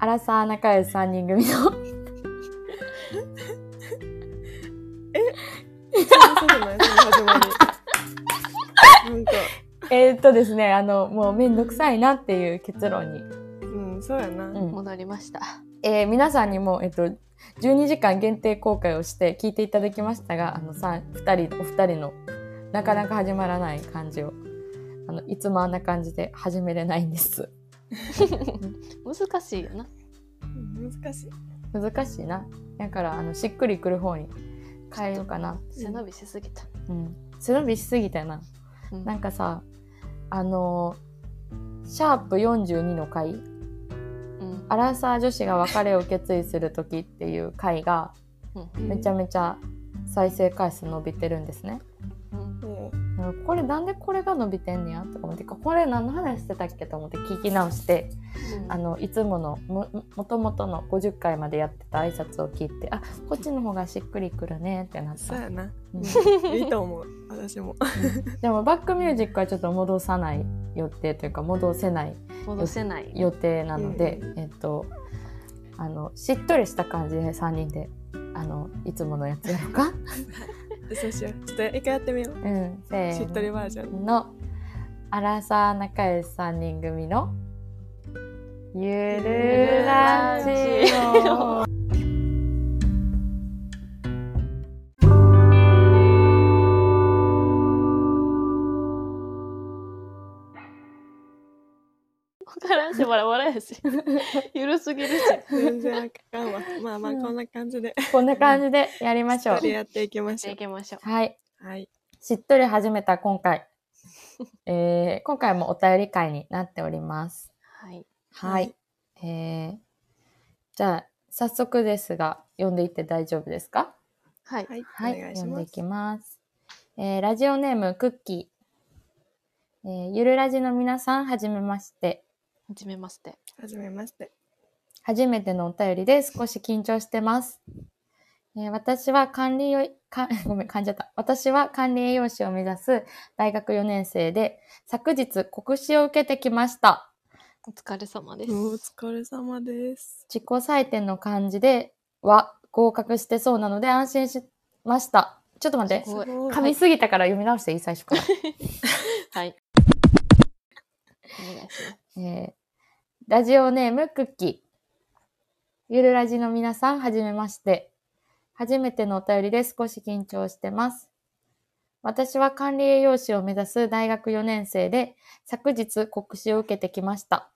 ラサー仲良し3人組の そうないその始まり。なんか、えーっとですねあのもうめんどくさいなっていう結論に、うん、そうやな。うん戻りました。えー皆さんにも、えっと、12時間限定公開をして聞いていただきましたがあのさ2人お二人のなかなか始まらない感じをあのいつもあんな感じで始めれないんです難しいよな。難しい。難しいなだからあのしっくりくる方に変えようかな、背伸びしすぎた。うん、背伸びしすぎたなうんなんかさあのシャープ42の回うんアラサー女子が別れを決意する時っていう回がうんめちゃめちゃ再生回数伸びてるんですね。うんもうんこれなんでこれが伸びてんねやとか思ってこれ何の話してたっけと思って聞き直してあのいつものももともとの50回までやってた挨拶を聞いてあこっちの方がしっくりくるねってなっう、そたう、やな。うんいいと思う。私も。でもバックミュージックはちょっと戻さない予定というか戻せない戻せない。予定なので、うえっとあのしっとりした感じで3人であのいつものやつやろうかそうしよう。ちょっと一回やってみよう。うんせーのしっとりバージョン。のアラサー仲良し3人組のゆるラジオわからんし、笑笑 やし。ゆるすぎるし。全然あかんわ。まあまあ、うんこんな感じで、こんな感じでやりましょ一う人やっていきましじゃょあ行きましょう。はい。う。はい。しっとり始めた今回、 えー今回もお便り会になっております。はい。はい。えーじゃあ、早速ですが、読んでいって大丈夫ですかはい。はい。はい。お願いし読んまですい。きます。えーラジオネーム、クッキー。えーゆるラジの皆さん、はじめまして。はじめまして。はじめまして。初めてのお便りで少し緊張してます。えー私は管理よ、か ごめん、噛んじゃった。私は管理栄養士を目指す大学4年生で、昨日国試を受けてきました。お疲れ様です。お疲れ様です。自己採点の感じでは合格してそうなので安心しました。ちょっと待ってす。ごいごい噛みすぎたから読み直していい最初から。はい。お願いします。えーラジオネームクッキー。ゆるラジの皆さん、はじめまして。初めてのお便りで少し緊張してます。私は管理栄養士を目指す大学4年生で、昨日国試を受けてきました。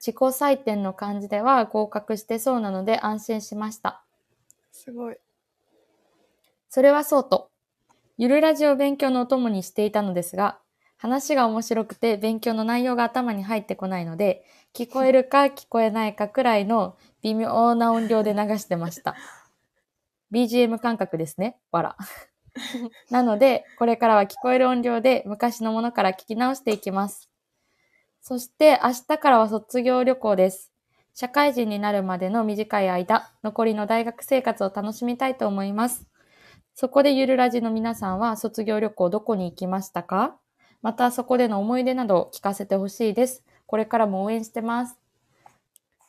自己採点の感じでは合格してそうなので安心しました。すごい。それはそうと、ゆるラジオ勉強のお供にしていたのですが、話が面白くて勉強の内容が頭に入ってこないので、聞こえるか聞こえないかくらいの微妙な音量で流してました。BGM 感覚ですね。わら。なので、これからは聞こえる音量で昔のものから聞き直していきます。そして、明日からは卒業旅行です。社会人になるまでの短い間、残りの大学生活を楽しみたいと思います。そこでゆるラジの皆さんは卒業旅行どこに行きましたかまたそこでの思い出など聞かせてほしいです。これからも応援してます。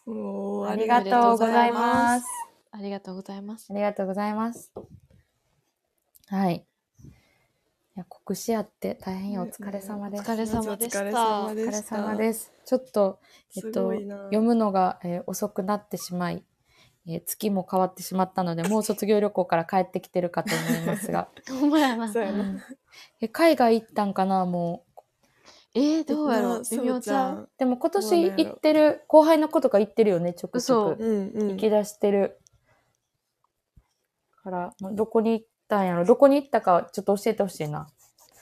おーあありりががととううごござざいいまますす。。ありがとうございますあ。りがとうございます。はい。いや国試やって大変お疲れ様です。お疲れ様でしたお疲れ様おで疲れした。様です。ちょっと、えっすとごい、な。読むのが、えー遅くなってしまい、えー月も変わってしまったので、もう卒業旅行から帰ってきてるかと思いますが、ほんまやなそ。うやうな。んえ海外行ったんかな、もう。えー、どうやろなう微妙ちゃう。。でも今どうなん年やろ行ってる後輩の子とか行ってるよねちょくちょそ嘘うくちゃんうんう行ん。き出してるからまあどこに行ったんやろどこに行ったかちょっと教えてほしいな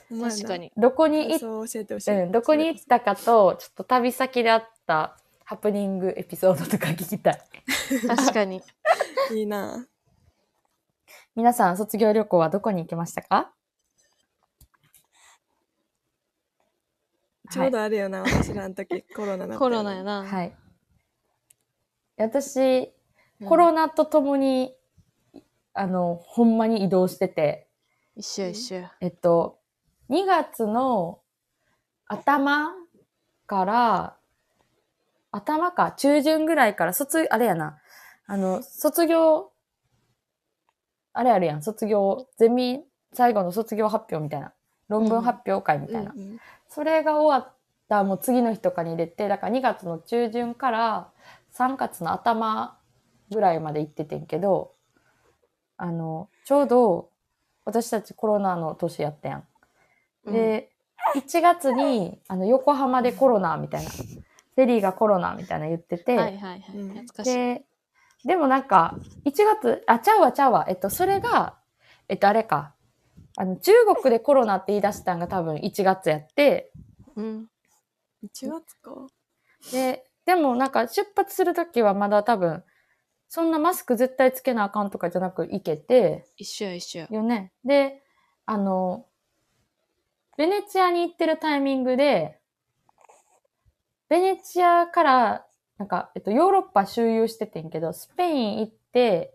確か。に。どこに行っそう教えてほしい。うん、どこに行ったかとちょっと旅先であったハプニングエピソードとか聞きたい確かに。いいな。皆さん卒業旅行はどこに行きましたかちょうどあるよな、私らの 時、コロナな コロナやな。はな。い、はい、私コロナ。ナとともに、あのほんまに移動してて一緒や一緒や。えっと、2月の頭から頭か、中旬ぐらいから、卒、あれやな。あの、卒業、あれあるやん、卒業、ゼミ、最後の卒業発表みたいな。論文発表会みたいな。うんそれが終わった、もう次の日とかに入れて、だから2月の中旬から3月の頭ぐらいまで行っててんけど、あの、ちょうど、私たちコロナの年やったやん。うんで、1月に、あの、横浜でコロナみたいな、フェリーがコロナみたいな言ってて、はいはいはい。うん懐かしい。で、でもなんか、1月、あ、ちゃうわちゃうわ、えっと、それが、えっと、あれか、あの、中国でコロナって言い出したんが多分1月やって、うん。 1月か。で、でもなんか出発するときはまだ多分、そんなマスク絶対つけなあかんとかじゃなく行けて、一緒や一緒や。よね。で、あの、ベネチアに行ってるタイミングで、ベネチアから、なんか、えっと、ヨーロッパ周遊しててんけど、スペイン行って、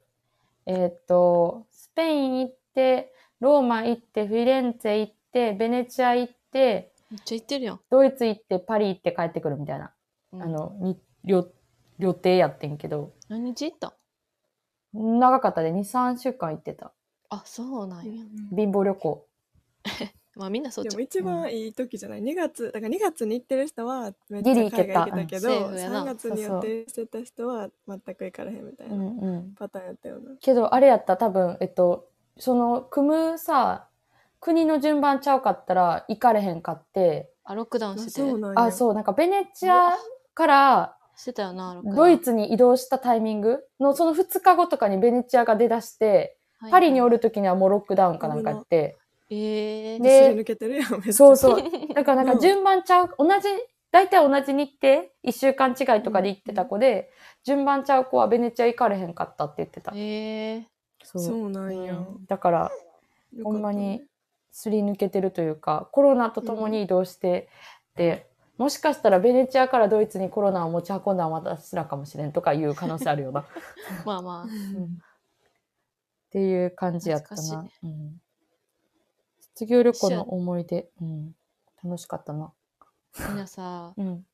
えっと、スペイン行って、ローマ行って、フィレンツェ行って、ベネチア行って、めっちゃ行ってるやん。ドイツ行って、パリ行って帰ってくるみたいな、うんあ、の、に旅、旅程やってんけど、何日行った長かったで2、3週間行ってた。あ、そうなんや。貧乏旅行。まあみんなそうでちゃもう。一番いい時じゃない、2月だから2月に行ってる人はめっちゃギリ行海け外た行けたけど、うんセーフやな3月に予定してた人は全く行かれへんみたいうなんうん。パターンやったよな、けどあれやった多分えっとその組むさ国の順番ちゃうかったら行かれへんかってあ、ロックダウンあしてそうて。なんやあそうなんかベネチアうわからしてたよな、ロックダウン。ドイツに移動したタイミングのその2日後とかにベネチアが出だしてはいパリにおる時にはもうロックダウンかなんかやってええねー。すり抜けてるやんめっちゃそう そうだからなんうかん順番ちゃう同じ大体同じ日程1週間違いとかで行ってた子で順番ちゃう子はベネチア行かれへんかったって言ってたええそうそうなんうや、んだからよほかったんまにすり抜けてるというか、コロナと共に移動して、で、もしかしたらベネチアからドイツにコロナを持ち運んだのは私らかもしれんとかいう可能性あるよ な。まあまうんっていう感じやったな。懐かうん、卒業旅行の思い出、うん、楽しかったな。あ、みんなさ、うん、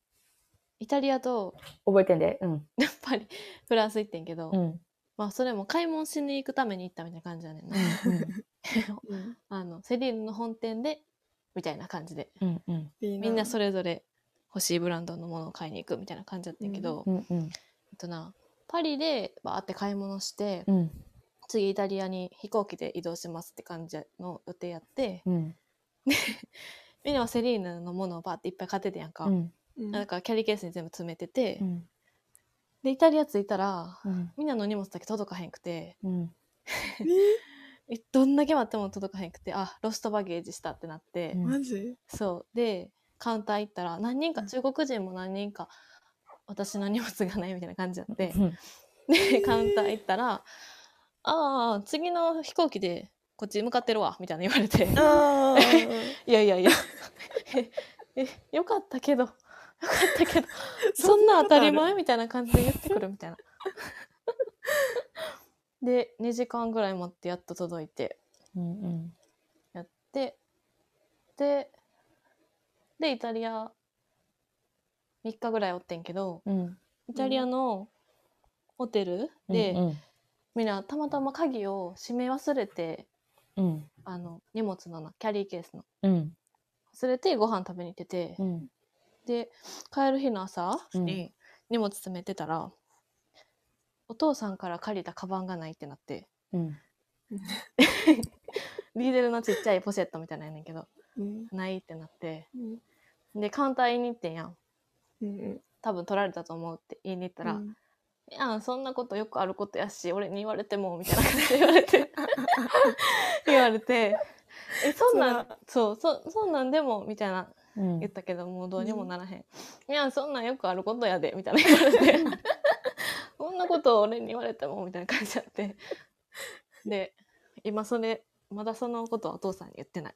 イタリアと、 覚えてんで、うん、やっぱりフランス行ってんけど、うん、まあそれも買い物しに行くために行ったみたいな感じやねんな。うんあの、セリーヌの本店で、みたいな感じで。うん、うん、いいみんなそれぞれ欲しいブランドのものを買いに行くみたいな感じやったんやけど、うん、うん、えっとな、パリでバーって買い物して、うん、次イタリアに飛行機で移動しますって感じの予定やって、うん、みんなはセリーヌのものをバーっていっぱい買っててやんか。うん、うんだからキャリーケースに全部詰めてて、うん、でイタリア着いたらうん、みんなの荷物だけ届かへんくてうん、ええどんだけ待っても届かへんくてあロストバゲージしたってなって、うんマジそうでカウンター行ったら何人か中国人も何人か私の荷物がないみたいな感じやってうん、でカウンター行ったら「ああ次の飛行機でこっち向かってるわ」みたいな言われてあー「いやいやいやええよかったけどよかった けどそんな当たり前みたいな感じで言ってくるみたいな。で2時間ぐらい待ってやっと届いてうん、うん、やってででイタリア3日ぐらいおってんけどうん、イタリアのホテルで、うん、みんなたまたま鍵を閉め忘れてうん、あの荷物のなキャリーケースのうん、忘れてご飯食べに行ってて、うん、で帰る日の朝うんに荷物詰めてたら、お父さんから借りたカバンがないってなってうん。リーデルのちっちゃいポシェットみたいなんやねんけどうんないってなってうんでカウンター言いに行ってんやんうん多分取られたと思うって言いに行ったら「うんいやそんなことよくあることやし俺に言われても」みたいな感じで言われて言われて「えそんなんそうそそんなんでも」みたいなうん言ったけどもうどうにもならへん「いやそんなんよくあることやで」みたいな 言われて「こんなことを俺に言われても」みたいな感じやってで今それまだそのことはお父さんに言ってない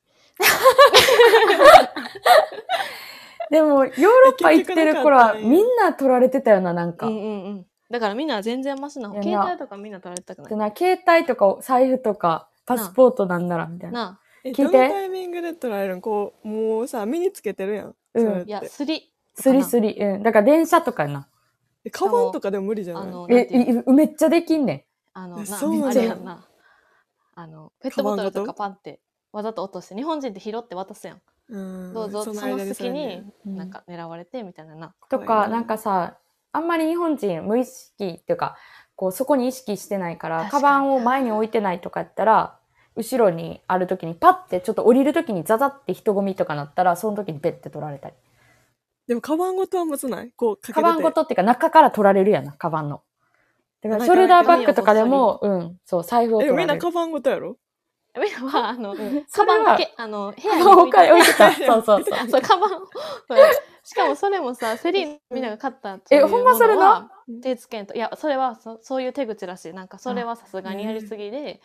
でも、ヨーロッパ行ってる頃は、結局なかったねみんな取られてたよな、なんか。うんうんうんだからみんな全然マシな方いやな携帯とかみんな取られたくなでいな、携帯とか、財布とか、パスポートなんなら、みたいな。なえ聞いてどのタイミングで取られるんこうもうさ身につけてるやんうんそれっあいてやすりスリスリ。うん。だから、電車とかやな。えカバンとかでも無理じゃあないの、なえんていうのいめっちゃできんねん。あの、えなそうなんあれややんな。あの、ペットボトルとカバンごとかパンってわざと落として、日本人って拾って渡すやん。うんどうぞ、その間にさ隙れるに、うんなんか狙われてみたいなな。と怖いか、ねなんかさ、あんまり日本人無意識っていうか、こう、そこに意識してないから、確かカにバンを前に置いてないとかやったら、後ろにある時にパッてちょっと降りる時にザザって人混みとかなったら、その時にペッて取られたり。でもカバンごとはむずないこうかけててカバンごとっていうか中から取られるやな、カバンの。だからショルダーバッグとかでも、うん、そう、財布を取えらみれんるな。カバンごとやろみんなは、あの、それカバンだは、け、あの、部屋カにバン置をいてた置いてた。そうそうそう。 そう、カバンを。そうしかもそれもさ、セリーみんなが買ったそういえうほんまものそれなは手つけんと。いや、それはそ、そういう手口らしい。なんか、それはさすがにやりすぎで、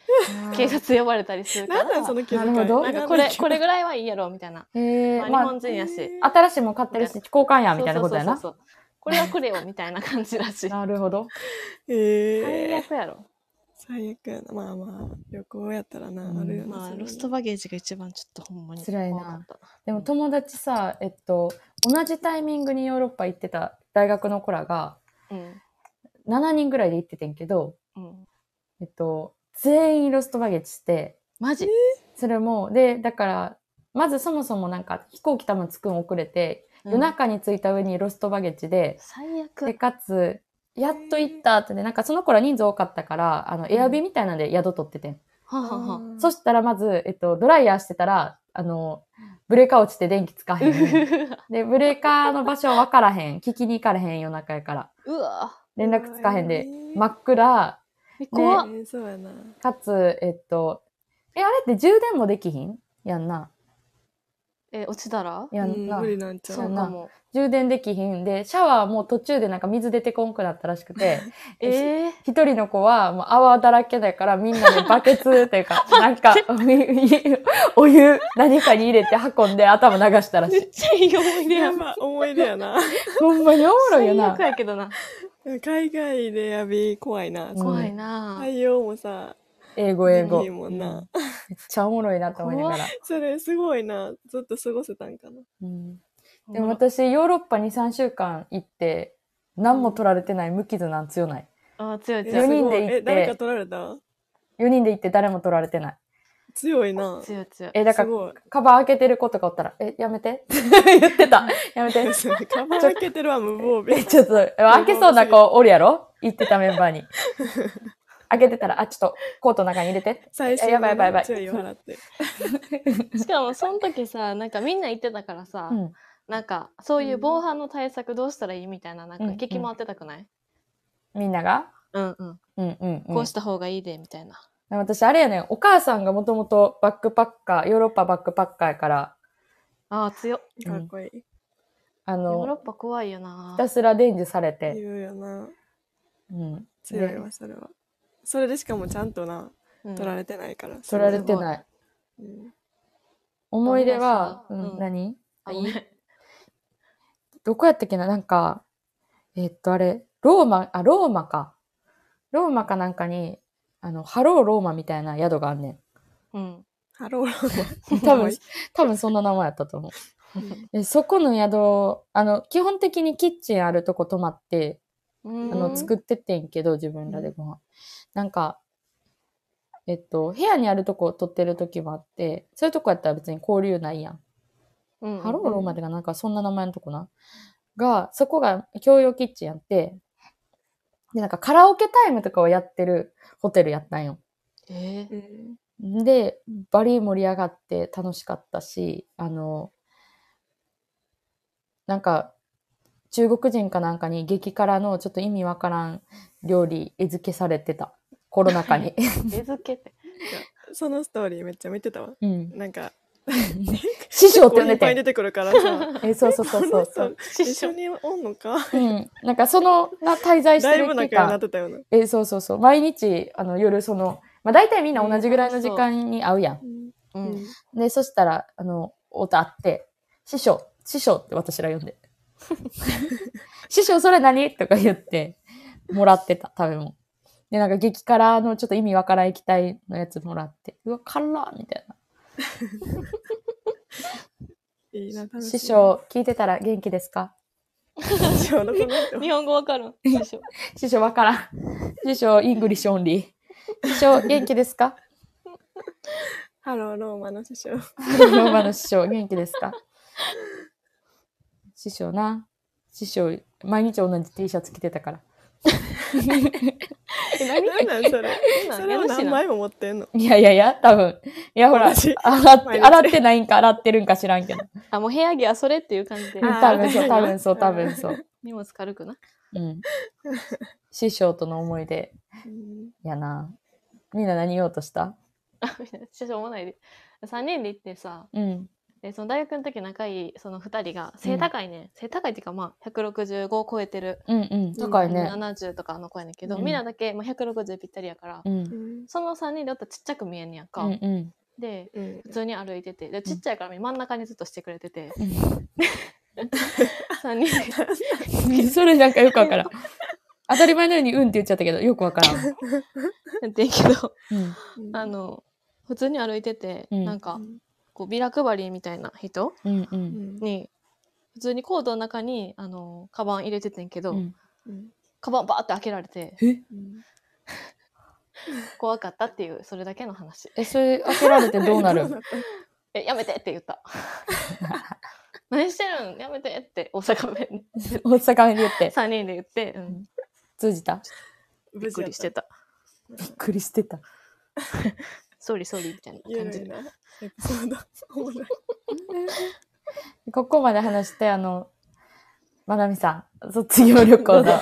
警察呼ばれたりするから。なんなんその気遣いなるほどなんか長いこけ、れどこれぐらいはいいやろ、みたいな。えまー、あ日ま本人やし。あ、新しいもん買ってるし、交換や、みたいなことやなそ。うそうそうそうこれはくれよ、みたいな感じら しい。なるほど。最えー悪やろ。最悪やなまあまあ旅行やったらな、うんあるよなまそあ、ういうのロストバゲージが一番ちょっとほんまに辛いな怖かったでも友達さ、えっと、同じタイミングにヨーロッパ行ってた大学の子らが、うん。 7人ぐらいで行っててんけど、うん。えっと、全員ロストバゲージして、マジそれも、で、だから、まずそもそもなんか飛行機多分着くん遅れて、夜中に着いた上にロストバゲージで、最悪。で、かつ、やっと行ったってね、なんかその子ら人数多かったから、あの、エアビみたいなんで宿取っててん。はあはあはあそしたらまず、えっと、ドライヤーしてたら、あの、ブレーカー落ちて電気つかへんねん。で、ブレーカーの場所分からへん。聞きに行かれへん夜中やから。うわ。連絡つかへんで。えー真っ暗、え怖っ。えーそうやなかつ、えっと、え、あれって充電もできひんやんな。え、落ちたらやうんんな。無理なんちゃそうやうなかも。充電できひんで、シャワーも途中でなんか水出てこんくなったらしく て、ええ。一人の子はもう泡だらけだからみんなでバケツというか、なん か、お湯何かに入れて運んで頭流したらしめっい。ちゃいい思い出ややん。ば思い出やな ほんまにおもろいよ最な悪。やけどな。海外でやび怖いな、ん怖いな。対応もさ英語英語。いいもんなうめっちゃおもろいなと思いながら。それすごいなずっと過ごせたんかなうんでも私、ヨーロッパ2、3週間行って、何も取られてない無傷なん強ない。あ、強いえ強四い。人すごでい行ってえ誰か取られた4人で行って誰も取られてない。強いな強い強い。え、だかすごら、いカバー開けてる子とかおったら、え、やめて言ってた。やめて。カバン開けてるわ無防備え、ちょっと、え開けそうな子おるやろ行ってたメンバーに。開けてたら、あ、ちょっとコートの中に入れ て。最新えやばいやばいやばのい注意を払ってしかも、その時さ、なんかみんな言ってたからさう、ん。なんか、そういう防犯の対策どうしたらいいみたいな、なんかうん聞き回ってたくないみんながうんうん。うんうん、うこんうし。た方がいいで、みたいな。私、あれやねん。お母さんがもともとバックパッカー、ヨーロッパバックパッカーやから、ああ、強っ。うんかっこいいあヨーロッの、パ怖いよひな。たすら伝授されて。言うよなうん。強いわそれはそれでしかもちゃんとなうん取られてないから取られてない。うん思い出は、ううんんうん何あごめんどこやったっけななんか、えっと、あれ、ローマ、あ、ローマか。ローマかなんかに、あの、ハローローマみたいな宿があんねうん。ハローロん。ーマ多分、多分そんな名前やったと思 う。でそこの宿、あの、基本的にキッチンあるとこ泊まって、うあんの、作ってってんけど、自分らでご飯。なんか、えっと、部屋にあるとこ取ってる時もあって、そういうとこやったら別に交流ないやん。うんうんハローローマでがなんかそんな名前のとこな。が、そこが共用キッチンやって、で、なんかカラオケタイムとかをやってるホテルやったんよ。えー うんで、バリ盛り上がって楽しかったし、あの、なんか、中国人かなんかに激辛のちょっと意味わからん料理餌付けされてた。コロナ禍 に。餌付けって。そのストーリーめっちゃ見てたわうん。なんか師匠って呼結構んいでっぱいて。出てくるからさえ、そうそうそうそうそそう う。一緒におんのかうん。なんかその、な滞在してだいるぶ期仲良くな間っ。てたよなえ、そうそうそう。毎日、あの、夜、その、まあ、大体みんな同じぐらいの時間に会うやん。うんうん。で、そしたら、あの、おたって、師匠、師匠って私ら呼ん で。師匠、それ何とか言って、もらってた、食べ物。で、なんか激辛のちょっと意味わからん液体のやつもらって、うわ、辛っみたいいいな楽しな。い師匠、聞いてたら元気ですか師匠のコメン ト。日本語わかる ん師匠。師匠わからん。師匠、イングリッシュオンリー。師匠、元気ですかハローローマの師匠。ローマの師匠、元気です か師匠な。師匠、毎日同じ T シャツ着てたから。え、何なんなんそれ。それを何枚も持ってんの。いやいやいや、多分。いや、ほら、同じ洗って、毎日洗ってないんか、洗ってるんか知らん けど。あ、もう部屋着はそれっていう感じでう。んあー多分そう、な多るほど分そう、多分そう。荷物軽くな。うん。師匠との思い出うんやな。みんな何言おうとしたあ、みたいな。師匠もないで。3人で行ってさ、うん。でその大学の時仲いいその2人が背高いね、背高いっていうかまあ165を超えてる、うんうん。高いね。 70とかの子やねんけど、うんみんなだけ、まあ、160ぴったりやから、うん。うんその3人でおったらちっちゃく見えんねやんか、うんうん。でうん普通に歩いててでちっちゃいから真ん中にずっとしてくれてて、うん3人で それなんかよくわからん。 当たり前のようにうんって言っちゃったけど、よくわからん。やってんけどうん。あの普通に歩いてて、うんなんかこうビラ配りみたいな人うんう。うんんに普通にコートの中にあのカバン入れててんけど、うんうんカバンバーって開けられてえうん怖かったっていうそれだけの話。え、それ開けられてどう なるどえ、やめてって言った。 何してるんやめてって大阪弁大阪弁で言って。 3人で言って、うん、通じた無びっ事くやりしてた。びっくりしてた。ソーリーソーリーみたいな緩感じいで。なエピソード おもろい ここまで話して、あの、まなみさん、卒業旅行 の、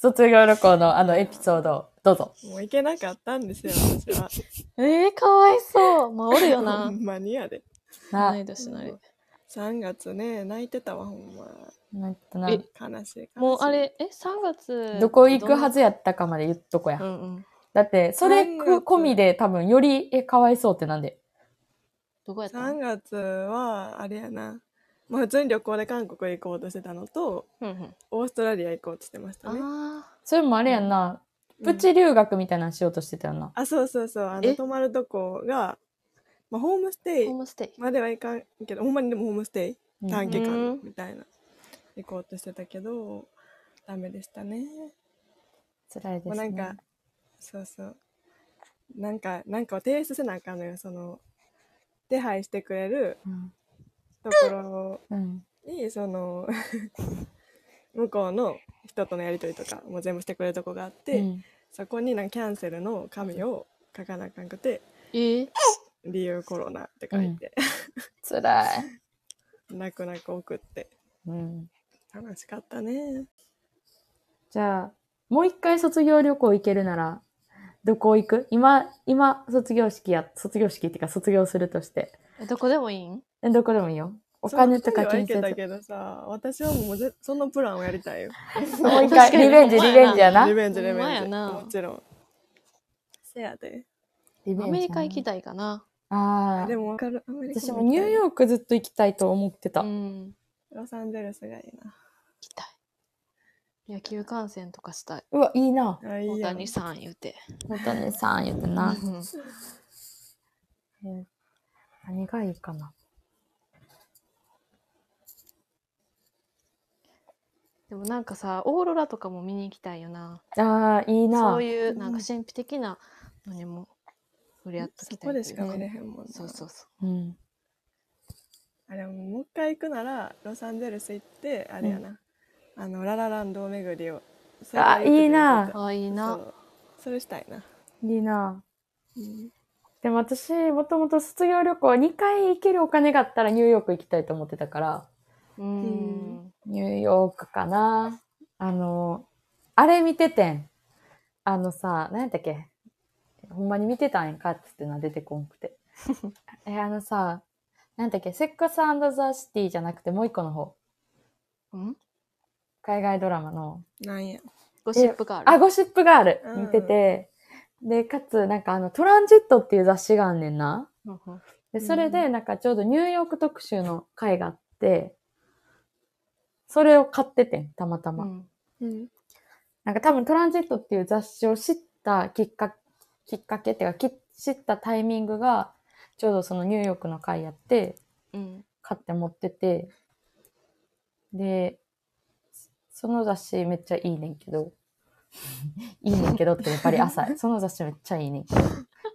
卒業旅行のあのエピソード、どうぞ。もう行けなかったんですよ私はえー、かわいそう。 まあ、おるよほな。んまにやでな同、い年なり。 3月ね泣いてたわほんまなんとな、え悲しい悲しいもうあれ、え、3月。どこ行くはずやったかまで言っとこやう。んうん。だって、それ三月込みで多分より、え、かわいそうってなんで。どこやった3月はあれやなまあ普通に旅行で韓国行こうとしてたのとうんうん。オーストラリア行こうとしてましたねあそれもあれやんな、うんプチ留学みたいなのしようとしてたよな。あそうそうそうあえの泊まるとこが、まあ、ホームステー、イホームステイ。まではいかんけどほんまにでもホームステイうん短期うん間みたいな行こうとしてたけどダメでしたね辛いです、もうね。なんかそうそうなんかなんかを提出せなあかんのよその手配してくれるうん、とこうん。ろにその 向こうの人とのやり取りとかも全部してくれるとこがあって、うんそこになんかキャンセルの紙を書かなあかんくてえー、 「理由コロナ」って書いて、辛い。泣く泣く送ってうん。楽しかったねじゃあ、もう一回卒業旅行行けるなら、どこ行く今、今、卒業式や、卒業式っていうか卒業するとして。えどこでもいいんえどこでもいいよ。お金とかその金時は行銭とか。けたけどさ私はもうぜそのプランをやりたいよもう一回、確かにリベンジ、リベンジやな。リリベベンジリベンほんまやジなもちろんせやでンジやなアメリカ行きたいかな。ああで。もわかるアメリカ私もニューヨークずっと行きたいと思ってた。うん。ーロサンゼルスがいい行きたい。野球観戦とかしたい。うわ、いいな。なあいい大やん谷さん言うて。本当にさん言ってな。うんうんえ何がいいかな。でもなんかさ、オーロラとかも見に行きたいよな。ああ、いいな。そういううんなんか神秘的なのにも触れ合っときたそいといこうでしか見れへんもんなそうそうそうん。あれももう一回行くならロサンゼルス行ってあれやな、あのララランド巡りをそれがあいいなう。ああいいそな。うそれしたいな、いいな。うんでも私、もともと卒業旅行2回行けるお金があったらニューヨーク行きたいと思ってたから、うんニューヨークかな。あの、あれ見ててん。あのさ、何やったっけほんまに見てたんやんかっつってのは出てこんく て。え、あのさ、何やったっけセックスザ・シティじゃなくてもう一個の方。うん。海外ドラマのなんやゴシップがああ、る。ゴシップガールうん見てて、で、かつ、なんかあの、トランジットっていう雑誌があんねんな。うんうんで、それで、うなんかちょうどニューヨーク特集の回があって、それを買っててん、たまたま。うんうんなんか多分トランジットっていう雑誌を知ったきっかきっかけっていうか、き知ったタイミングが、ちょうどそのニューヨークの回やって、うん買って持ってて、で、そその雑誌めっちゃいいねんけど。 いいねんけどってやっぱり 浅い。その雑誌めっちゃいいねんけど。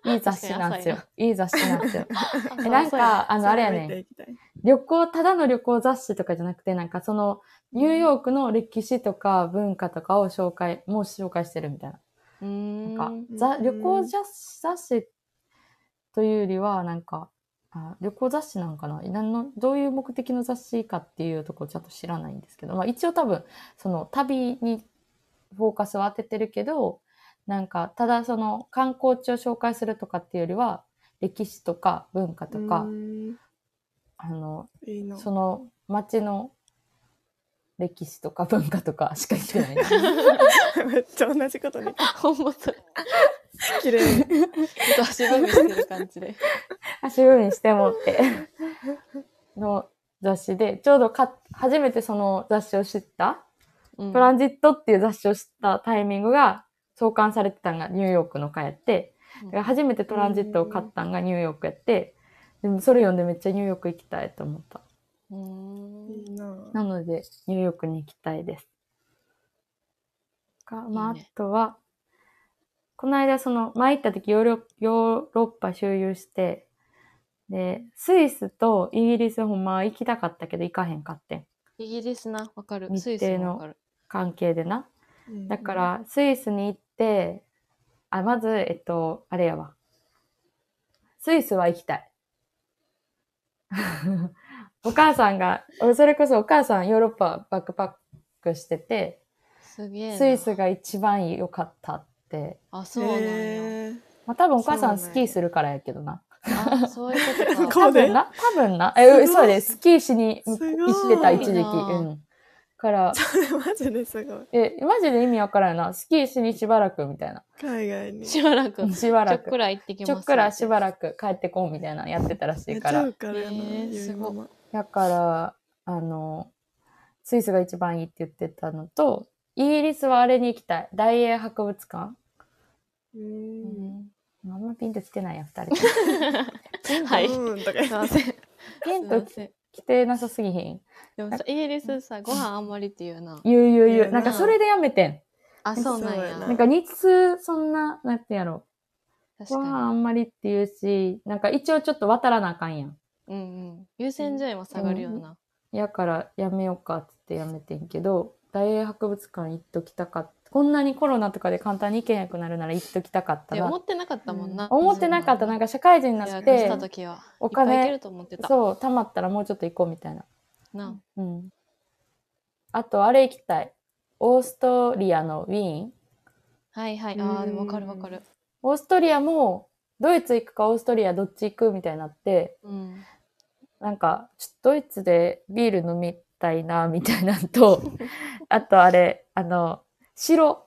いい雑誌なんですよ確。いい雑誌なん ですよ。あえなんそうやか、あの、あれやねんそ。れ見ていきたい旅行、ただの旅行雑誌とかじゃなくて、なんかその、ニューヨークの歴史とか文化とかを紹介、もう紹介してるみたいな。うーんなんうか、ざうん旅行雑誌雑誌というよりは、なんか、あ旅行雑誌なんかな何のどういう目的の雑誌かっていうところちゃんと知らないんですけど、まあ、一応多分その旅にフォーカスを当ててるけどなんかただその観光地を紹介するとかっていうよりは歴史とか文化とか、うーんあのいいなその町の歴史とか文化とかしか言ってないな。 めっちゃ同じことにほんまそれ。綺麗にちょっと足踏みしてる感じで。足踏みしてもって。 の雑誌で、ちょうどか初めてその雑誌を知った、うんトランジットっていう雑誌を知ったタイミングが創刊されてたんがニューヨークの会やって、だから初めてトランジットを買ったんがニューヨークやって、でもそれ読んでめっちゃニューヨーク行きたいと思った。うーんいいななので、ニューヨークに行きたいです。がまあ、いいねあとは、この間、その、前行った時ヨーロ、ヨーロッパ周遊して、で、スイスとイギリスほんま行きたかったけど行かへんかってんイギリスな、わかる。日スイス程のもわかる。関係でな。うんだから、スイスに行って、あ、まず、えっと、あれやわ。スイスは行きたい。 お母さんが、それこそお母さんヨーロッパバックパックしてて、すげえな。スイスが一番良かったって。あ、そうなんや。へーまあ多分お母さんそうなんやスキーするからやけどな。あ、そうい うことか。多そうね分な、多分な。え、すごそいうです。スキーしに行すっごいてた、一時期。すごいなうん。から、マジですごいえ、マジで意味わからんよな。スキーしにしばらくみたいな。海外にしばらく。ちしばょらっくく。ら行ってきます。ちょっくらしばらく帰ってこうみたいなのやってたらしめいっちかゃらう。からやな、へーゆいすごいママだから、あの、スイスが一番いいって言ってたのと、イギリスはあれに行きたい。大英博物館ううんん。あんまピンと来てないや、二人。 はい。すうんとか言っいて ません。すピいンとません。来てなさすぎひん。でもさ、イギリスさ、ご飯あんまりっていうな。言う言ういや言う。ななんかそれでやめてん。あ、そうなんそうやや。ななんか日数、そんな、なんてやろ確う。ご飯かあんまりって言うし、なんか一応ちょっと渡らなあかんやん。に。うんうん。優先順位も下がるよな。やからやめようかって言ってやめてんけど、大英博物館行っときたかっこんなにコロナとかで簡単に行けなくなるなら行っときたかったでな思。ってなかったもんな。思ってなかった。なんか社会人にな予っ約してた、時は。おお金。いっぱい金行ける、と思ってた。そう、貯まったらもうちょっと行こうみたいな。な。うん。あと、あれ行きたい。オーストリアのウィーン。はいはい。ああ、でもわかるわかる。オーストリアも、ドイツ行くかオーストリアどっち行くみたいになって、うん。なんか、ちょドイツでビール飲みたいな、みたいなん と、あとあれ、あの、城、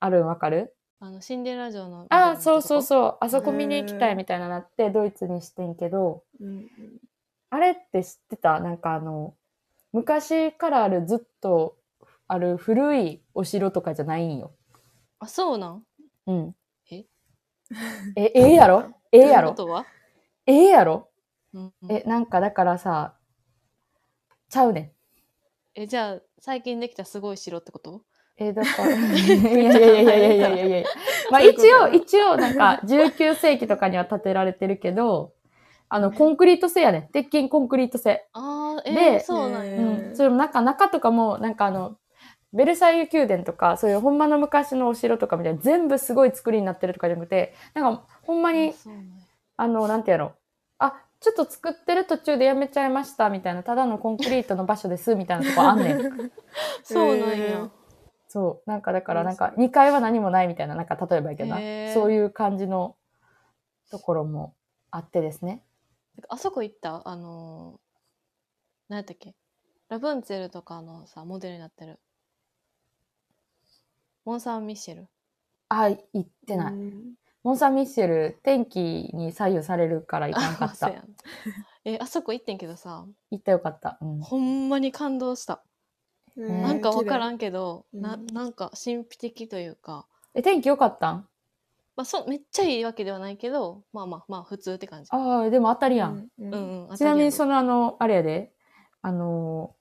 あるんわかるあの、シンデレラ城の。ああ、そうそうう。そう、あそこ見に行きたいみたいななって、ドイツにしてんけど、うんあれって知ってたなんかあの、昔からあるずっとある古いお城とかじゃないんよ。あ、そうなんうん。ええ、ええやろええやろということはええやろうんうんえ、なんかだからさ、ちゃうねん。え、じゃあ、最近できたすごい城ってことえー、だから、い やいやいやいやいやいやいやまあそういう一こと応、やな一応なんか19世紀とかには建てられてるけど、あの、コンクリート製やねん。鉄筋コンクリート製。ああ、えでー、そうなんうや。んう。んそれもなんか中とかも、なんかあの、ベルサイユ宮殿とか、そういうほんまの昔のお城とかみたいな、全部すごい作りになってるとかじゃなくて、なんかほんまにあ、そうなんやあの、なんてやろう。あ、ちょっと作ってる途中でやめちゃいました、みたいな、ただのコンクリートの場所です、みたいなとこあんねん。 そうなんえやー。そう。なんかだから、うんなんか2階は何もないみたいな、なんか例えばやけどなへー、そういう感じのところもあってですね。あそこ行ったあのー、何やったっけラプンツェルとかのさ、モデルになってる。モン・サン・ミッシェル。あ、行ってない。うんモンサンミッシェル、天気に左右されるから行かなかあ、っ そたう。やん。え、あそこ行ってんけどさ、行ったよかった。うん。ほんまに感動した。うんなんかわからんんけど、なうんなんか神秘的というか、え、天気良かったんまあ、そめっちゃいいわけではないけど、まあまあまあ普通って感じ。ああ、でも当たりやん。うんうんうん、ちなみに当そのあの、あれやで、あの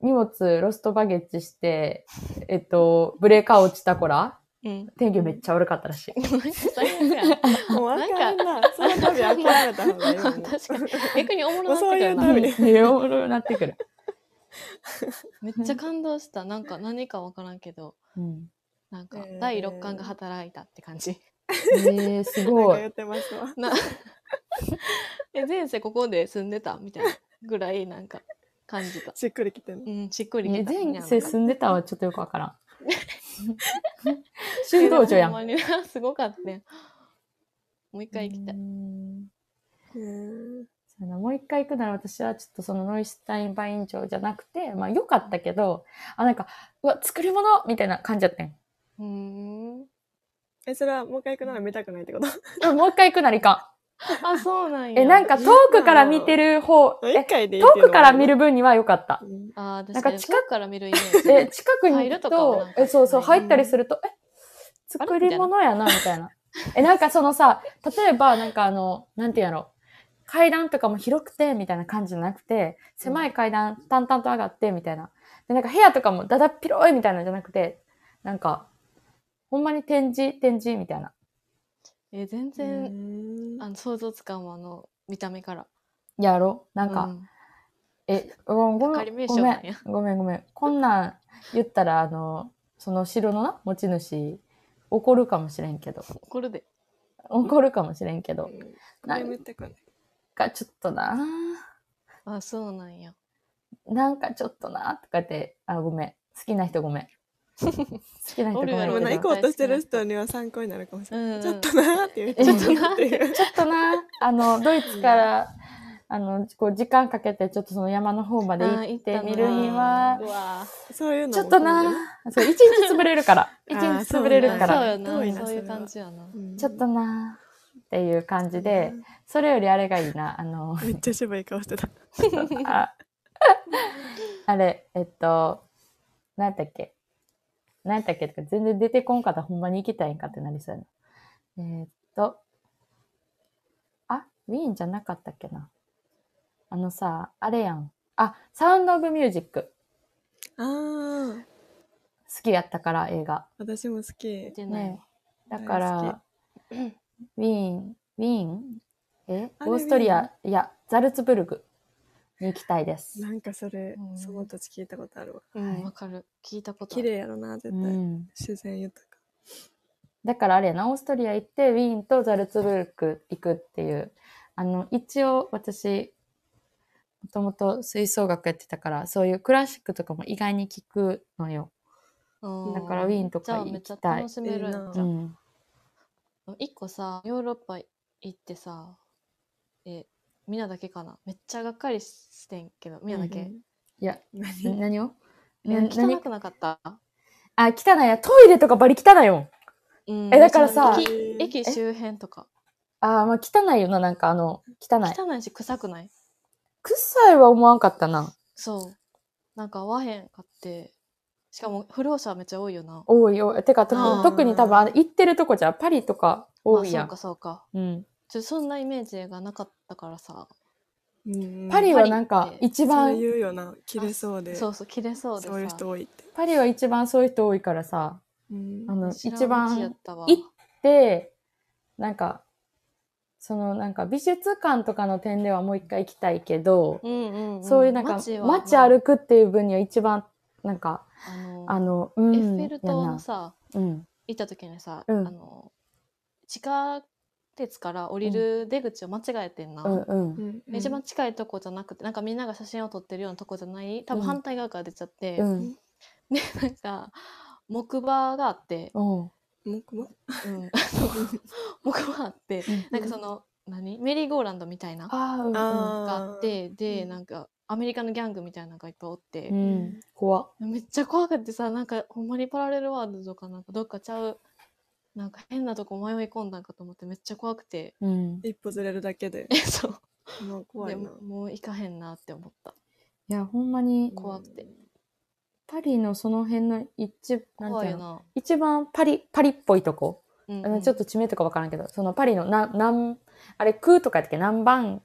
荷物ロストバゲッジして、えっと、ブレーカー落ちた子ら、うん。天気めっちゃ悪かったらしい。 最悪やもうあかんな。その度諦めた方がいいも ん。確かに。逆におもろなってくるダな。メうんいやおもろなってくる。めっちゃ感動した。なんか何かわからんけど、うん、なんかえー第六感が働いたって感じ。 えー、すなんごかい言。ってますわ。な え前世ここで住んでたみたいなぐらいなんか感じた。しっくりきてんの。うん、しっくりえきた。前世ん住んでたはちょっとよくわ からん。修道女やん。ほんまになすごかったね。もう一回行きたうい。んへーそうやなもう一回行くなら私はちょっとそのノイシュタインバイン長じゃなくて、まあ良かったけど、あ、なんか、うわ、作り物みたいな感じだった ん。うーん。え、それはもう一回行くなら見たくないってこと うんもう一回行くならいかあ、そうなんん。や。え、なんか遠くから見てる方、一え、回でいいっていう遠のくから見る分には良かった。うんあなー、ん確かかに近く近くから見るイメえ、 ージ。近くに入行るくとかはとなん、かえ、そうそう、ない入ったりすると、え、作り物やな、みたいな。 え、なんかそのさ、例えば、なんかあの、なんていうんやろ。階段とかも広くて、みたいな感じじゃなくて、狭い階段、淡々と上がって、みたいな。で、なんか部屋とかもだだっ広いみたいなのじゃなくて、なんか、ほんまに展示、展示、みたいな。え、全然、うんあの想像つかんわ、あの、見た目から。やろなんうか、え、うんごめ仮ん、名ご称めなんんや、ごめん、ごめん。こんなん言ったら、あの、その城のな、持ち主、怒るかもしれんけど。怒るで。怒るかもしれんけど。な何ん言ってくんのかちょっとなあ、そうなんや。なんかちょっとなとかって、あ、ごめん。好きな人ごめん。好きな人ごめんおるけやど。ろもうなち行こうとしてる人には参考になるかもしれうなんい。ちょっとなーって言って、ちょっちとょっなーとっってていう。ょっとなあの、ドイツから、あの、こう、時間かけて、ちょっとその山の方まであー行行っったてなみるにはう、わそういうのもちょっと込みでねなそう、一日潰れる から。一ー日潰れーるだかそうら。よな遠いなそういそうれは感じやな。うんちょっとなっていう感じで、それよりあれがいいな。あの、めっちゃ渋い顔してた。ああれ、えっと、何やったっけ何やったっけとか全然出てこんかったらほんまに行きたいんかってなりそうやな。えーっと、あ、ウィーンじゃなかったっけな。あのさ、あれやん。あ、サウンドオブミュージック。あー、好きやったから映画。私も好き。でないねわ。だから、ウィーン、ウィーンえあれオーストリア、いや、ザルツブルグに行きたいです。なんかそれう、んその土地聞いたことあるわ。うん、わかる。聞いたことあ綺る。麗やろな、絶う対。ん。自然豊か。だからあれやな、オーストリア行って、ウィーンとザルツブルク行くっていう。あの、一応私、もともと吹奏楽やってたから、そういうクラシックとかも意外に聞くのよ。うんだからウィーンとかじゃあ行きたいめっちゃ楽しめるやんじうゃあん。一個さヨーロッパ行ってさえみんなだけかなめっちゃがっかりしてんけどみんなだけ、うんいや、何何をえな汚何くなかった、あ、汚いや。トイレとかバリ汚いよ。うんえだからさ駅駅周辺とかあーまあ汚いよな、なんかあの、汚い。汚いし臭くない臭いは思わんかったな。そうなんか合わへんかってしかも不老者めっちゃ多いよな多いよ。てか、あー特特に多分、あの行ってるとこじゃん、パリとか多いやん。まあ、そうかそうかうん。ちょそんなイメージがなかったからさうんパリはなんパかリ、って一そ番う言うよな、切れそうで。そうそう切れそうでさそういう人多いって。パリは一番そういう人多いからさ、うんあの、知らん一道やっ番たわ行って、なんか、そのなんか美術館とかの点ではもう一回行きたいけど、うんうんんそういうなんか街は街歩くっていう分には一番なんか、あのあの、うん、エッフェル塔やのなさうん、行った時にさ、うんあの地下鉄から降りる出口を間違えてんな、うん、うん、うん一番近いとこじゃなくてなんかみんなが写真を撮ってるようなとこじゃない多分うん反対側から出ちゃって、うん、でなんか木馬があって、おうもうもうん、 木馬あってなんかその何メリーゴーランドみたいなあーうん、あがあーってでうんなんかアメリカのギャングみたいなのがいっぱいおってうん、う、ん、怖っめっちゃ怖くてさなんかほんまにパラレルワールドとかなんかどっかちゃうなんか変なとこ迷い込んだんかと思ってめっちゃ怖くてうん。一歩ずれるだけでえそうもう怖 でいなももう行かへんなって思ったいや、ほんまに、怖くてパリのその辺の一、なん怖ていいうよのな、一番パリ、パリっぽいとこ。うんあうのんちょっと地名とかわからんけど、そのパリのな、なん、あれ、空とかやったっけ何番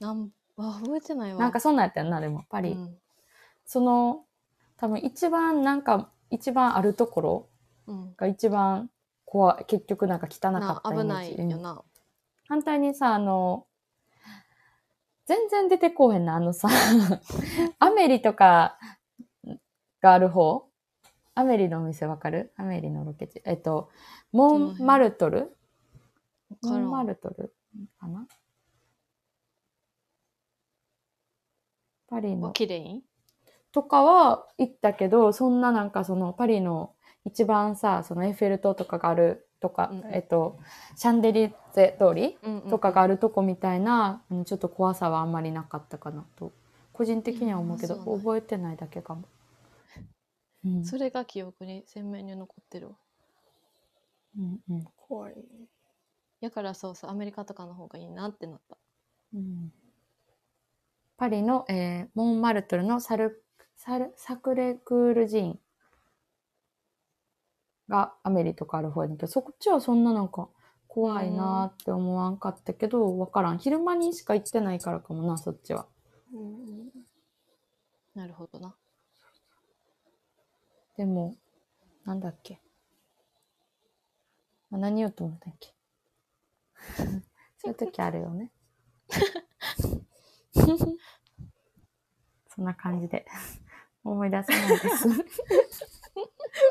なんあ覚えてないわなんかそんなんやったよな、でも、パうリ。んその、多分一番なんか、一番あるところうん、が一番怖い、結局なんか汚かなったイメージ危ないようんな。反対にさ、あの、全然出てこうへんな、あの さ、アメリとかがある方アメリのお店わかるアメリのロケ地。えっと、モンマルトルモわからんンマルトルかなパリの綺麗にとかは行ったけど、そんななんかそのパリの一番さ、そのエッフェル塔とかがあるとか、うんえっと、シャンデリゼ通りうんうんとかがあるとこみたいな、うんちょっと怖さはあんまりなかったかなと、個人的には思うけど、うんそうなんや覚えてないだけかも。うん、それが記憶に鮮明に残ってるわうんうん怖いね。やからそうそうアメリカとかの方がいいなってなったうんパリの、えーモンマルトルのサルサルサクレクール寺院がアメリとかある方やねんけどそっちはそんななんか怖いなーって思わんかったけどわからん昼間にしか行ってないからかもなそっちはうんうん。なるほどなでもなんだっけあ何言おうと思ったっ けそういう時あるよ ねそんな感じで思い出せない です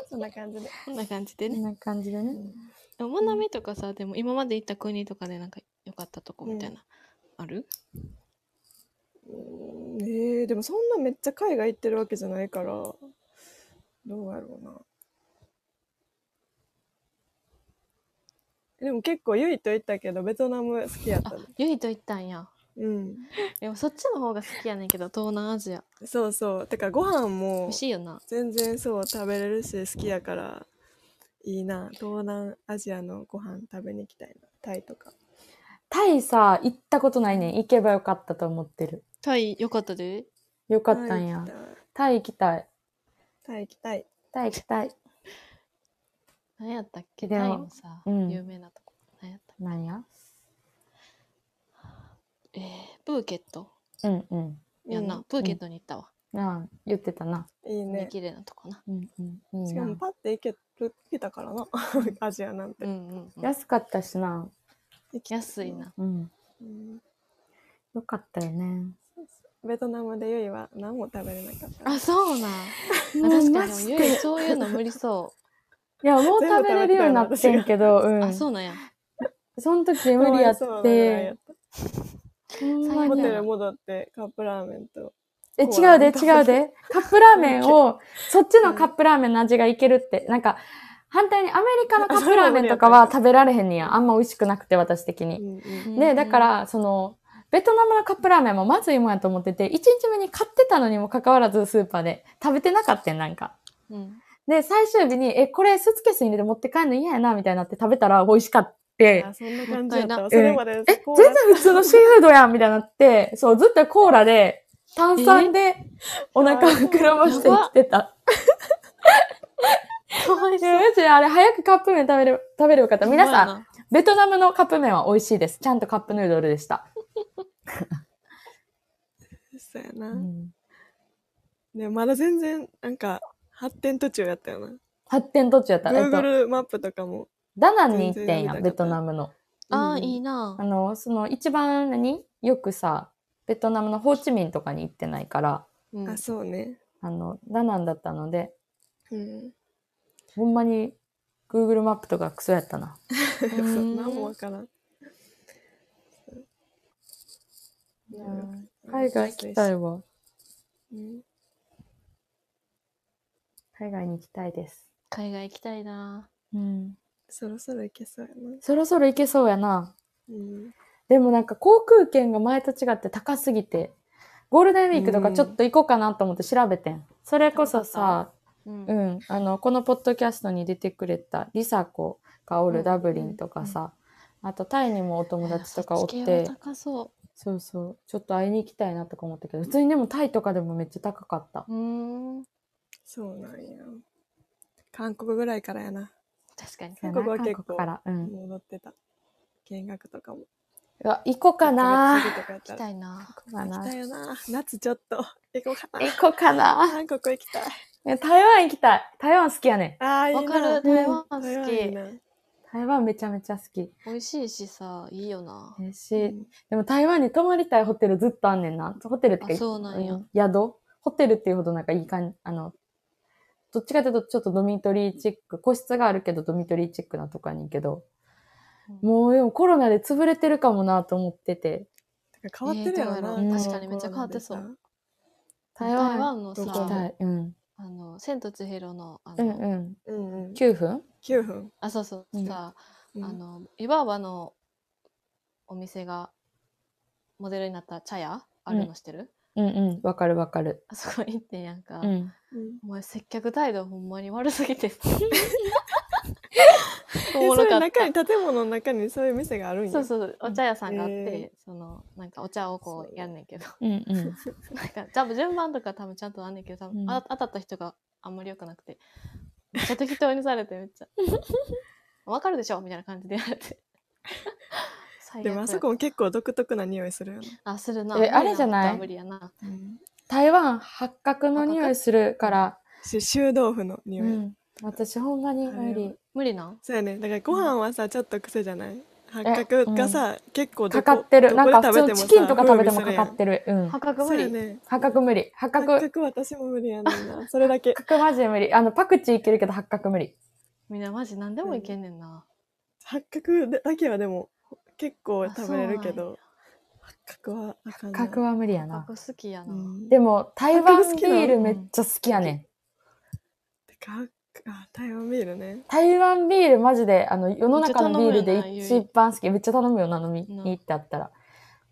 そんな感じで。こんな感じでそんねな感じでね。でもモナミとかさでも今まで行った国とかでなんか良かったとこみたいな、あるうんえー、でもそんなめっちゃ海外行ってるわけじゃないから、どうやろうな。でも結構ユイと行ったけど、ベトナム好きやったね。あユイと行ったんやうん。でもそっちの方が好きやねんけど東南アジアそうそう。てかご飯も美味しいよな全然そう食べれるし好きやから、いいな。東南アジアのご飯食べに行きたいな。タイとか。タイさ、行ったことないねん。行けばよかったと思ってる。タイ良かったでよかったんや。タイ行きたい。タイ行きたい。タイ行きたい。何やったっけでもタイもさ、うん有名なとこ何やったっなんやけえー、プーケットうんうん。やんな、うんプーケットに行ったわ、なあ、言ってたな。いいねね。綺麗なとこなうんうん。いいしかなも。パッて行ける、行けたからな。 アジアなんてう。んうん、うん、安かったしな。行きた安いな。うん。うんよかったよね。ベトナムでユイは何も食べれなかった。あそうなもんあう確かマにでもジゆでいそういうの無理そいや、もう食べれるようになってんけど、う、うあん。そそうなんやの時無理やっかわいそうなぐらいやてっ。ほんまたにホテ最悪やル戻ってカップラーメンと。え、コー違ラうで、と違う で。カップラーメンを、そっちのカップラーメンの味がいけるって。なんか、反対にアメリカのカップラーメンとかは食べられへんねや。あんま美味しくなくて、私的に。うで、んだから、その、ベトナムのカップラーメンもまずいもんやと思ってて、1日目に買ってたのにもかかわらずスーパーで食べてなかったん、なんか。うんで、最終日に、え、これスーツケースに入れて持って帰るの嫌やな、みたいになって食べたら美味しかって。あ、そんな感じやったもわ。ったそいなれまでえ、コ全ーラ然普通のシーフードやんみたいになって、そう、ずっとコーラで、炭酸でお腹を膨らましてきてた。かわいいや、マジであれ、早くカップ麺食べれば、食べればよかった。皆さん、んベトナムのカップ麺は美味しいです。ちゃんとカップヌードルでした。そうやうな。ん、ね、まだ全然、なんか、発展途中やったよな。発展途中やった。えっと、 Google マップとかも。ダナンに行ってん全然や見なかったベトナムの。あうーんいいなあの、その、一番何よくさ、ベトナムのホーチミンとかに行ってないから、うんあ、そうね。あの、ダナンだったので、うん。ほんまに Google マップとかクソやったな。そううん何もわからん。海外行きたい。いわ。うん海外に行きたいです。海外行きたいなうん。そろそろ行けそうやな。そろそろ行けそうやな。うん。でもなんか航空券が前と違って高すぎて、ゴールデンウィークとかちょっと行こうかなと思って調べてん。それこそさ、ううんうんん、あの、このポッドキャストに出てくれたリサ子がおうんるダブリンとかさ、あとタイにもお友達とかおっそち系ては、高そそうそう、ちょっと会いに行きたいなとか思ったけど、普通にでもタイとかでもめっちゃ高かった。ううーんそうなんや。韓国ぐらいからやな。確かにそうや韓国なは韓結構国から。うん。戻ってた。見学とかも。うわ、行こうかな一ヶ月過ぎとかやっ行たきらたいな行こうか行きなたいよな。夏ちょっと行こうかな。行こうかな韓国行きたい。や台湾行きたい。台湾好きやねああ、いいな。わかる台湾好き台湾いいなん。台湾めちゃめちゃ好き。美味しいしさいいよな嬉しい。でも台湾に泊まりたいホテルずっとあんねんな。ホテルってかあそうなんやうん宿ホテルっていうほどなんかいい感じ、あの、どっちかというとちょっとドミトリーチック、個室があるけどドミトリーチックなとこに行くけど、うんもうでもコロナで潰れてるかもなと思ってて、てか変わってるやろな、えーどうやろうこの確かにめっちゃ変わってそうコロナ台で台湾湾のどこ行きたさい。うん。あの千と千尋のあうの、んうん。さ。うんうん。 9分9分。あそうそう、うんさうんあの湯婆婆のお店がモデルになった茶屋あるの知ってる、うんうん。わかるわかる。あそこ行ってんやんか、うん。うんお前接客態度ほんまに悪すぎてさおえもそろういかう中っにた建物の中にそういう店があるんやそうそうそうお茶屋さんがあって、へそのなんかお茶をこうやんねんけど うんうん。なんか多分順番とか多分ちゃんとあんねんけど多分、うんあ当たった人があんまり良くなくてめっちゃ適当にされてめっちゃ 「わかるでしょ」みたいな感じでやられて 最悪でもあそこも結構独特な匂いするよね、あするなえあれじゃない無理やな台湾八角の匂いするから、し臭豆腐のう匂い、ん。私ほんまに無理。無理なんそうやねだからご飯はさちょっと癖じゃない八角がさ、結構どかこかってる。どなこんでか普通食べのてもチさキンとか食べてもかかってる。るうん。破格そ無うや理、ね八角無理。八八角、角私も無理やねんなそれだけ八角マジで無理。あの、パクチーいけるけど八角無理。みんなマジ何でもいけんねんな、八角だけはでも結構食べれるけど八角はあかんな八角は無理や破な格。好きやうな、んでも、台八湾角好ビきなのールめっちゃ好きやねん。てか八角あ台湾ビールね台湾ビールマジで、あの、世の中のビールめっちゃ頼むでよな一番好き。めっちゃ頼むよな、飲みに行ってあったら。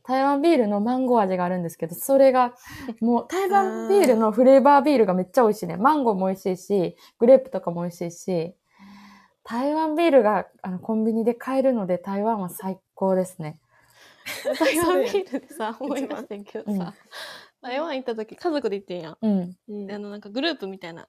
台湾ビールのマンゴー味があるんですけど、それ が、もう台湾ビールのフレーバービールがめっちゃ美味しいね。マンゴーも美味しいし、グレープとかも美味しいし、台湾ビールがあのコンビニで買えるので、台湾は最高ですね。 台湾ビールでさ思い出してんけどうんさ、台湾行った時家族で行ってんやんうん。うんであのなんかグループみたいな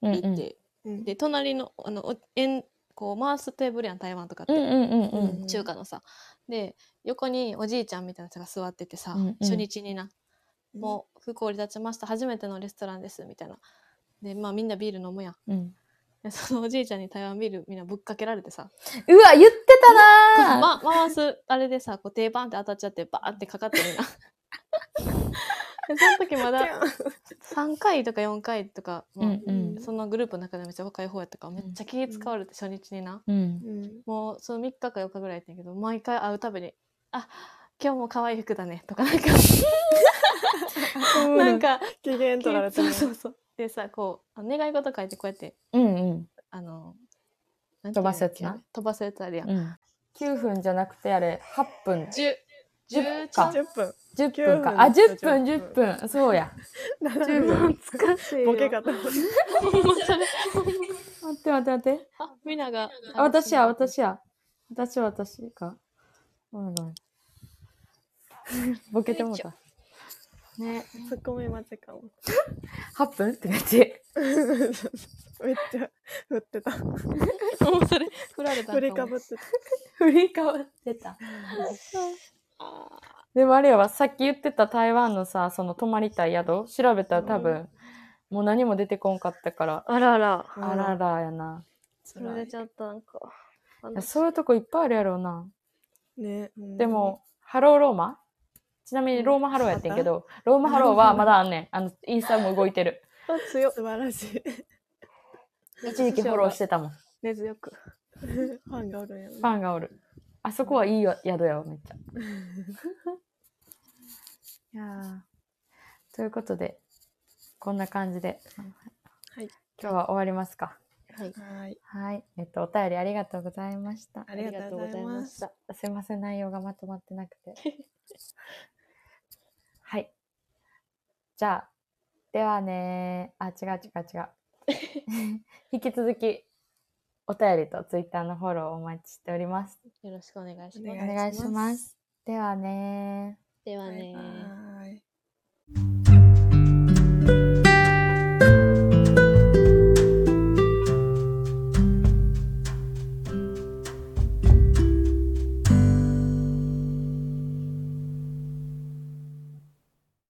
うん、う行ん。って、うんで隣のあのお円こう回すテーブルやん台湾とかって、うんうんうんううんん。中華のさで横におじいちゃんみたいな人が座っててさ、うんうん初日にな「もう不幸離立ちました初めてのレストランです」みたいなでまあみんなビール飲むやんうん、でそのおじいちゃんに台湾ビールみんなぶっかけられてさ、うわ、言ってたなーま、回すあれでさこう手バンって当たっちゃってバーンってかかってみんな でその時まだ3回とか4回とか、まあうんうんそのグループの中でめっちゃ若い方やったからめっちゃ気使われて初日にな、うん。うんもうその3日か4日ぐらいやったんやけど毎回会うたびに「あ今日も可愛い服だね」とかなんかなんか機嫌取られてそるうそうそうでさこうあ願い事書いてこうやってうんうん。あのなんて飛いうんだっけばすやつな飛ばすやつあるやん、うん。9分じゃなくて、あれ、8分。 10 10 10か10分10分か。あ、10分、10分。そうや。10分。懐かしいボケ方ほんまそれ待って待って待って。あみながあ、私や、私や。私は私か。ごめんごめん。 ボケてもうた。ね。ツッコミ待ちかも8分って感じ。めっちゃ振ってたもうそれ振られたん振りかぶもってた振りかわってた。あ でもあれはさっき言ってた台湾のさ、その泊まりたい宿、調べたら多分、もう何も出てこんかったから、ーあらあらあららやな。それ出ちゃったなんかいやそういうとこいっぱいあるやろうな。ね、うんでも、ハローローマちなみにローマハローやってんけど、ローマハローはまだあんねん。あの、インスタも動いてる。あ強っ素晴らしい 一 時期フォローしてたもん。根強くファンがおるんやファンがおる。あそこはいいよ宿やわ、めっちゃ。 いやーということで、こんな感じで、はい今日は終わりますか。はいなはいはい。えっと、お便りありがとうございました。ありがとうありがとうございますございました。すいません、内容がまとまってなく て。はい。じゃあ、ではねー。あ、違う違 う違う。引き続き、お便りとツイッターのフォローをお待ちしております。よろしくお願いしおますお願いします。ではねー。ではバイねーバイ